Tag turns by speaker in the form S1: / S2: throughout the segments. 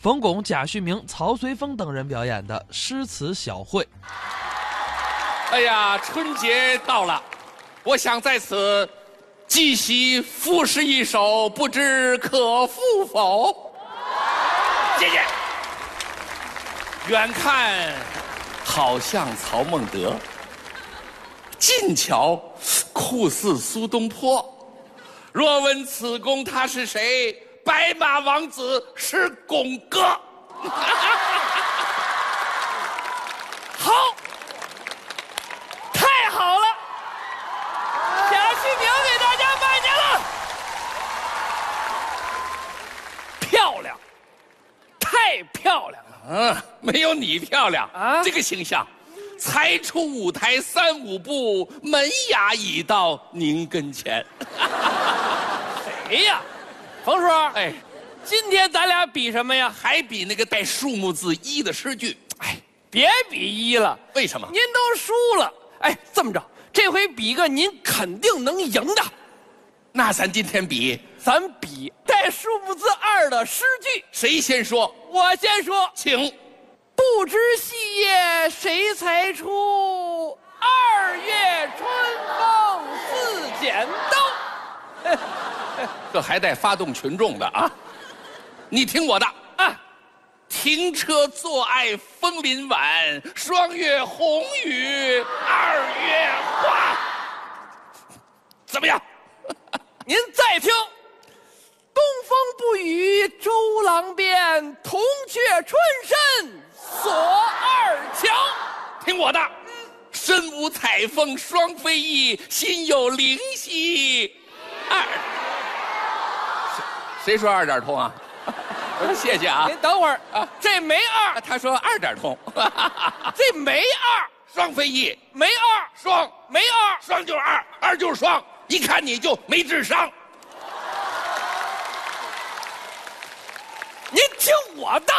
S1: 冯巩、贾旭明、曹随风等人表演的诗词小会。
S2: 哎呀，春节到了，我想在此即席赋诗一首，不知可复否？谢谢。远看好像曹孟德，近瞧酷似苏东坡。若问此公他是谁？白马王子是巩哥。 好。太好了！贾旭明给大家拜年了，漂亮，太漂亮了！嗯，没有你漂亮啊，这个形象，才出舞台三五步，门牙已到您跟前。
S3: 谁哎呀？冯叔，
S2: 哎，
S3: 今天咱俩比什么呀？
S2: 还比那个带数目字一的诗句，哎，
S3: 别比一了，
S2: 为什么
S3: 您？都输了。哎，这么着，这回比一个您肯定能赢的，
S2: 那咱今天比
S3: 咱比带数目字二的诗句。
S2: 谁先说？
S3: 我先说，
S2: 请。
S3: 不知细叶谁裁出，二月春风似剪刀。
S2: 这还带发动群众的啊！你听我的啊！停车坐爱枫林晚，霜月红与二月花。怎么样？
S3: 您再听，东风不与周郎便，铜雀春深锁二乔。
S2: 听我的。身无彩凤双飞翼，心有灵犀二。谁谁说二点通啊？ 谢谢啊
S3: 您！等会儿
S2: 啊
S3: 啊，这没二，
S2: 他说二点通，
S3: 这没二，
S2: 双飞翼，
S3: 没二，
S2: 双
S3: 没二，
S2: 双就是二，二就是双，一看你就没智商。
S3: 您听我的。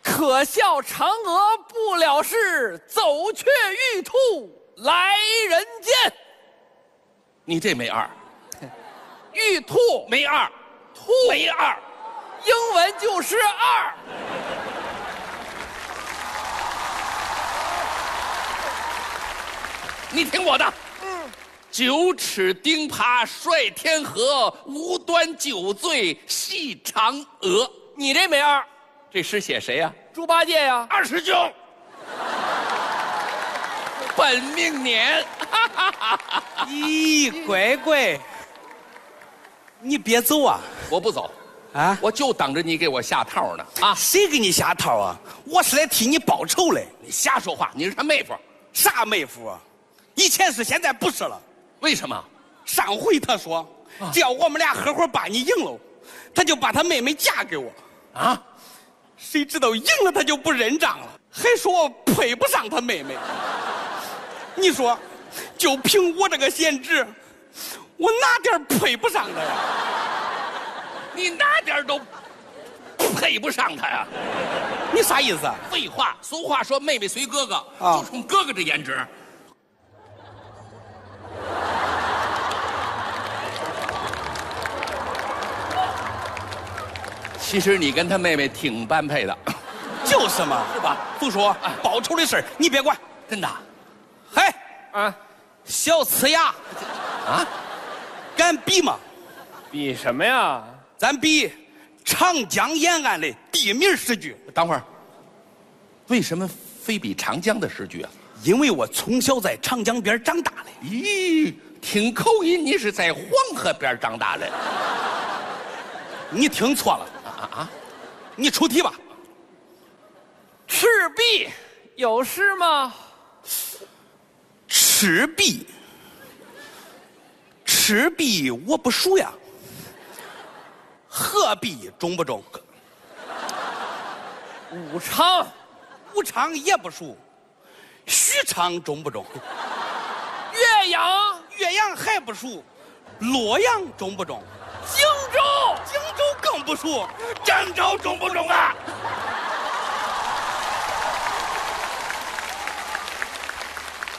S3: 可笑嫦娥不了事，走却玉兔来人间。
S2: 你这没二，
S3: 玉兔
S2: 没二，
S3: 兔
S2: 没二，
S3: 英文就是二。
S2: 你听我的。嗯，九尺钉耙摔天河，无端酒醉戏嫦娥。
S3: 你这没二，
S2: 这诗写谁呀、
S3: 猪八戒呀、
S2: 二师兄。本命年，
S4: 咦，乖乖，你别走啊！
S2: 我不走，
S4: 啊，
S2: 我就等着你给我下套呢。啊，
S4: 谁给你下套啊？我是来替你报仇来。
S2: 你瞎说话，你是他妹夫，
S4: 啥妹夫啊？以前是，现在不是了。
S2: 为什么？
S4: 上回他说，
S2: 啊
S4: 只要我们俩合伙把你赢了，他就把他妹妹嫁给我。
S2: 啊，
S4: 谁知道赢了他就不认账了，还说我配不上他妹妹。你说，就凭我这个闲职，我哪点儿配不上他呀？
S2: 你哪点儿都配不上他呀、
S4: 你啥意思啊？
S2: 废话，俗话说妹妹随哥哥，
S4: 啊
S2: 就冲哥哥这颜值。其实你跟他妹妹挺般配的，
S4: 就是嘛，
S2: 是吧？啊
S4: 不说报仇的事儿你别管。
S2: 真的
S4: 嘿，
S3: 啊，
S4: 小呲牙，
S2: 啊？
S4: 敢比吗？
S3: 比什么呀？
S4: 咱比长江沿岸的地名诗句，
S2: 等会儿，为什么非比长江的诗句啊？
S4: 因为我从小在长江边长大的。
S2: 咦，挺扣音，你是在黄河边长大的
S4: 你听错了啊啊！你出题吧，
S3: 赤壁有诗吗？
S4: 赤壁，赤壁我不熟呀。鹤壁中不中？
S3: 武昌、
S4: 武昌也不熟，许昌中不中？
S3: 岳阳、
S4: 岳阳还不熟，洛阳中不中？
S3: 荆州。
S4: 荆州更不啊熟。
S2: 郑州中不中啊？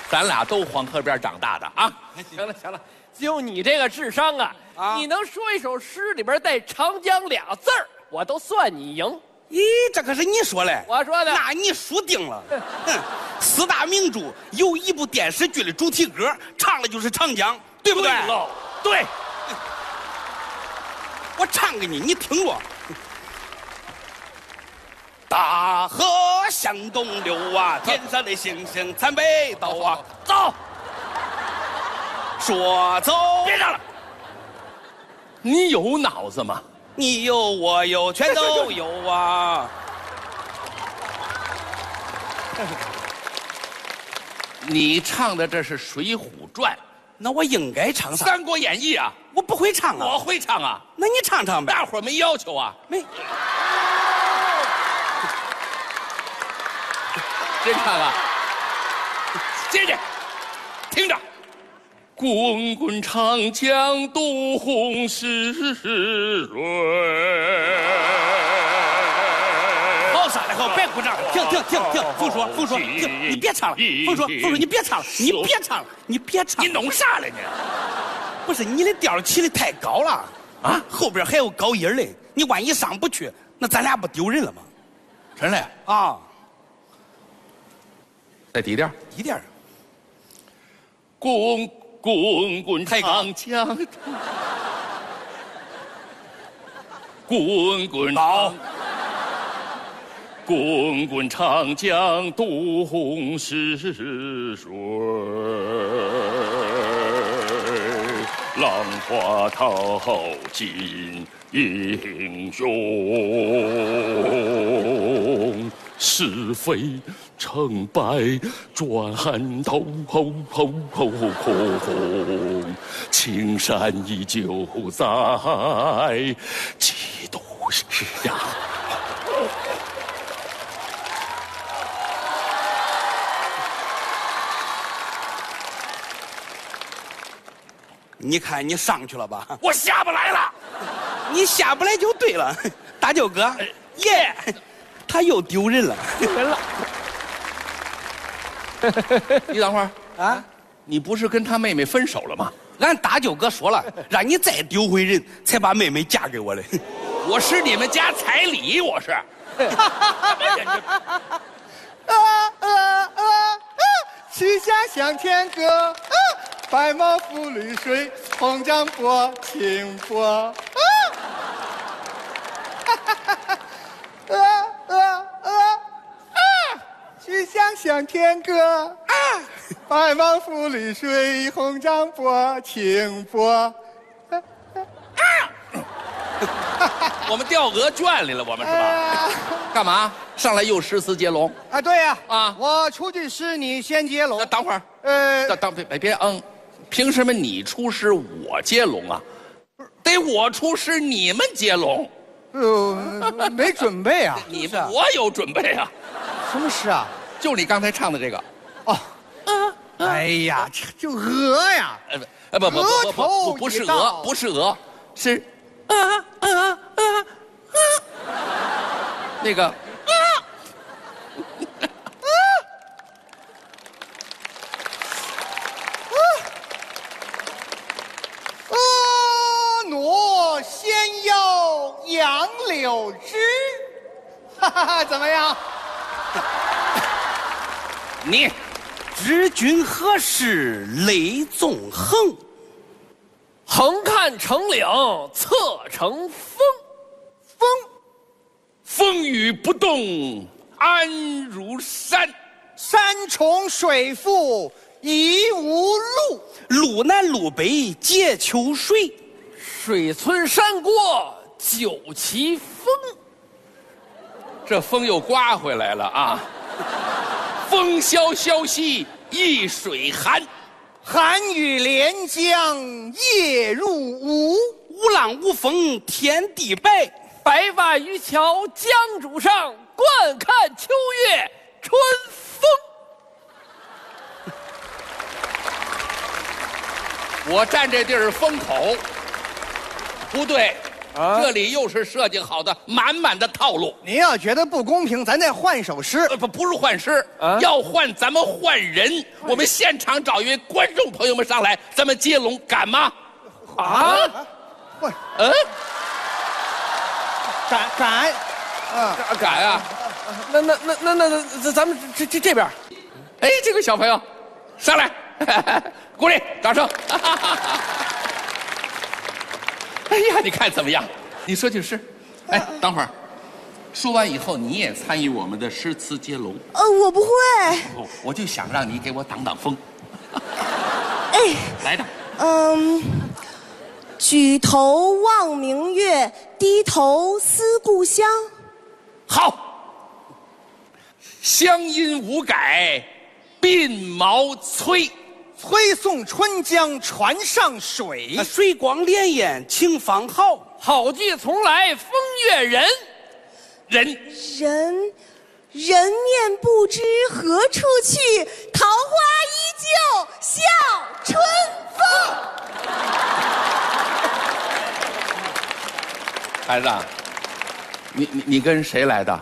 S2: 咱俩都黄河边长大的啊！
S3: 行了行了，就你这个智商啊，
S4: 啊
S3: 你能说一首诗里边带“长江”俩字儿，我都算你赢。
S4: 咦，这可是你说嘞，
S3: 我说的
S4: 那你输定了。哼，四大名著有一部电视剧的主题歌，唱的就是《长江》，对不对？
S3: 哎
S2: 喽，对，
S4: 我唱给你，你听着。大河向东流啊，天上的星星参北斗啊，
S2: 走，
S4: 说走，
S2: 别嚷了。你有脑子吗？
S4: 你有我有，全都有啊。
S2: 你唱的这是《水浒传
S4: 那我应该唱》
S2: 《
S4: 啥？
S2: 三国演义》啊，
S4: 我不会唱
S2: 我
S4: 啊，
S2: 会唱啊，
S4: 那你唱唱呗。
S2: 大伙儿没要求啊，
S4: 没，
S2: 真唱啊， 接着，听着。滚滚长江东逝水。
S4: 好啥的好，别鼓掌了，哦停停停停，冯叔冯叔，停，你别唱了，冯叔冯叔，你别唱了，你别唱了，你别唱
S2: 你
S4: 了，
S2: 弄啥了你？
S4: 不是你的调儿起的太高了啊，后边还有高音儿嘞，你万一上不去，那咱俩不丢人了吗？
S2: 陈磊，
S4: 啊，
S2: 再低调。
S4: 低点儿，
S2: 滚滚滚
S4: 太高
S2: 长江，滚滚
S4: 好，
S2: 滚滚长江东逝水，浪花淘尽英雄。是非成败转头，吼吼吼空，青山依旧在，几度夕阳。
S4: 你看你上去了吧？
S2: 我下不来了。
S4: 你下不来就对了， 大舅哥，
S2: 哎
S4: 耶， 他又丢人了
S2: 你等会儿，
S4: 啊！
S2: 你不是跟他妹妹分手了吗？
S4: 俺大舅哥说了，让你再丢回人，才把妹妹嫁给我嘞。
S2: 我是你们家彩礼，我是。
S5: 啊
S2: 呃
S5: 啊啊啊！曲家向天歌，啊，白毛浮绿水，红掌拨清波，啊，哈哈哈哈，啊啊啊呃啊！曲家向天歌，啊，白毛浮绿水，红掌拨清波。
S2: 我们掉鹅圈里了，我们是吧？
S5: 啊
S2: 干嘛？上来又诗词接龙？
S5: 啊，对呀、啊，
S2: 啊
S5: 我出句诗，你先接龙
S2: 那。等会儿，
S5: 呃
S2: 那，当别别别嗯，凭什么你出诗我接龙啊？得我出诗，你们接龙，，
S5: 呃，没准备 啊
S2: 你
S5: 是啊
S2: 们我有准备啊。
S5: 什么诗啊？
S2: 就你刚才唱的这个，
S5: 哦，哎呀，这就鹅呀！
S2: 呃不呃不不不不不不不是
S5: 额头一
S2: 鹅
S5: 道，
S2: 不是鹅，是
S3: 啊啊啊！
S2: 那个
S5: 婀娜仙腰杨柳枝，哈哈哈，怎么样？
S2: 你。
S4: 知君何事泪纵横？
S3: 横看成岭侧成峰，
S5: 风
S2: 风雨不动，安如山。
S5: 山重水复疑无路，
S4: 路南路北皆秋水，
S3: 水村山郭酒旗风。
S2: 这风又刮回来了啊！风萧萧兮易水寒，
S5: 寒雨连江夜入吴。
S4: 无浪无风天地白。
S3: 白发渔樵江渚上，惯看秋月春风。
S2: 我站这地儿是风口，不对，这里又是设计好的满满的套路。
S5: 您要觉得不公平，咱再换首诗。
S2: 呃不，不是换诗，要换咱们换人。我们现场找一位观众朋友们上来，咱们接龙，敢吗？啊？
S5: 换
S2: 嗯，
S5: 敢敢，啊，
S2: 哪敢啊？
S3: 那那那那那那，咱们这这这边，
S2: 哎，这个小朋友，上来，鼓励，掌声。 哎呀，你看怎么样？你说句诗。哎，等会儿，说完以后你也参与我们的诗词接龙。
S6: 呃，我不会。
S2: 不，我就想让你给我挡挡风。
S6: 哎，
S2: 来的，
S6: 嗯，举头望明月，低头思故乡。
S2: 好。乡音无改，鬓毛衰。
S5: 推送春江船上水
S4: 那。水光潋滟清房好，
S3: 好句从来风月人。
S2: 人
S6: 人，人面不知何处去，桃花依旧笑春风。
S2: 孩子啊，你你你跟谁来的？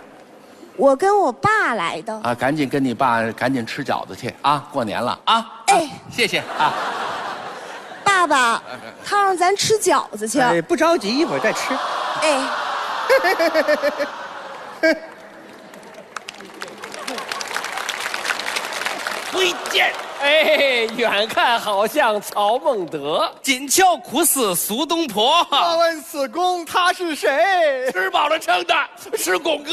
S6: 我跟我爸来的。
S2: 啊，赶紧跟你爸赶紧吃饺子去啊！过年了啊！
S6: 哎，
S2: 谢谢啊！
S6: 爸爸，他让咱吃饺子去。
S5: 哎，不着急，一会儿再吃。
S6: 哎，
S2: 推荐
S3: 哎，远看好像曹孟德。
S4: 紧俏苦似苏东坡。
S5: 莫问此公他是谁。
S2: 吃饱了撑的，是巩哥。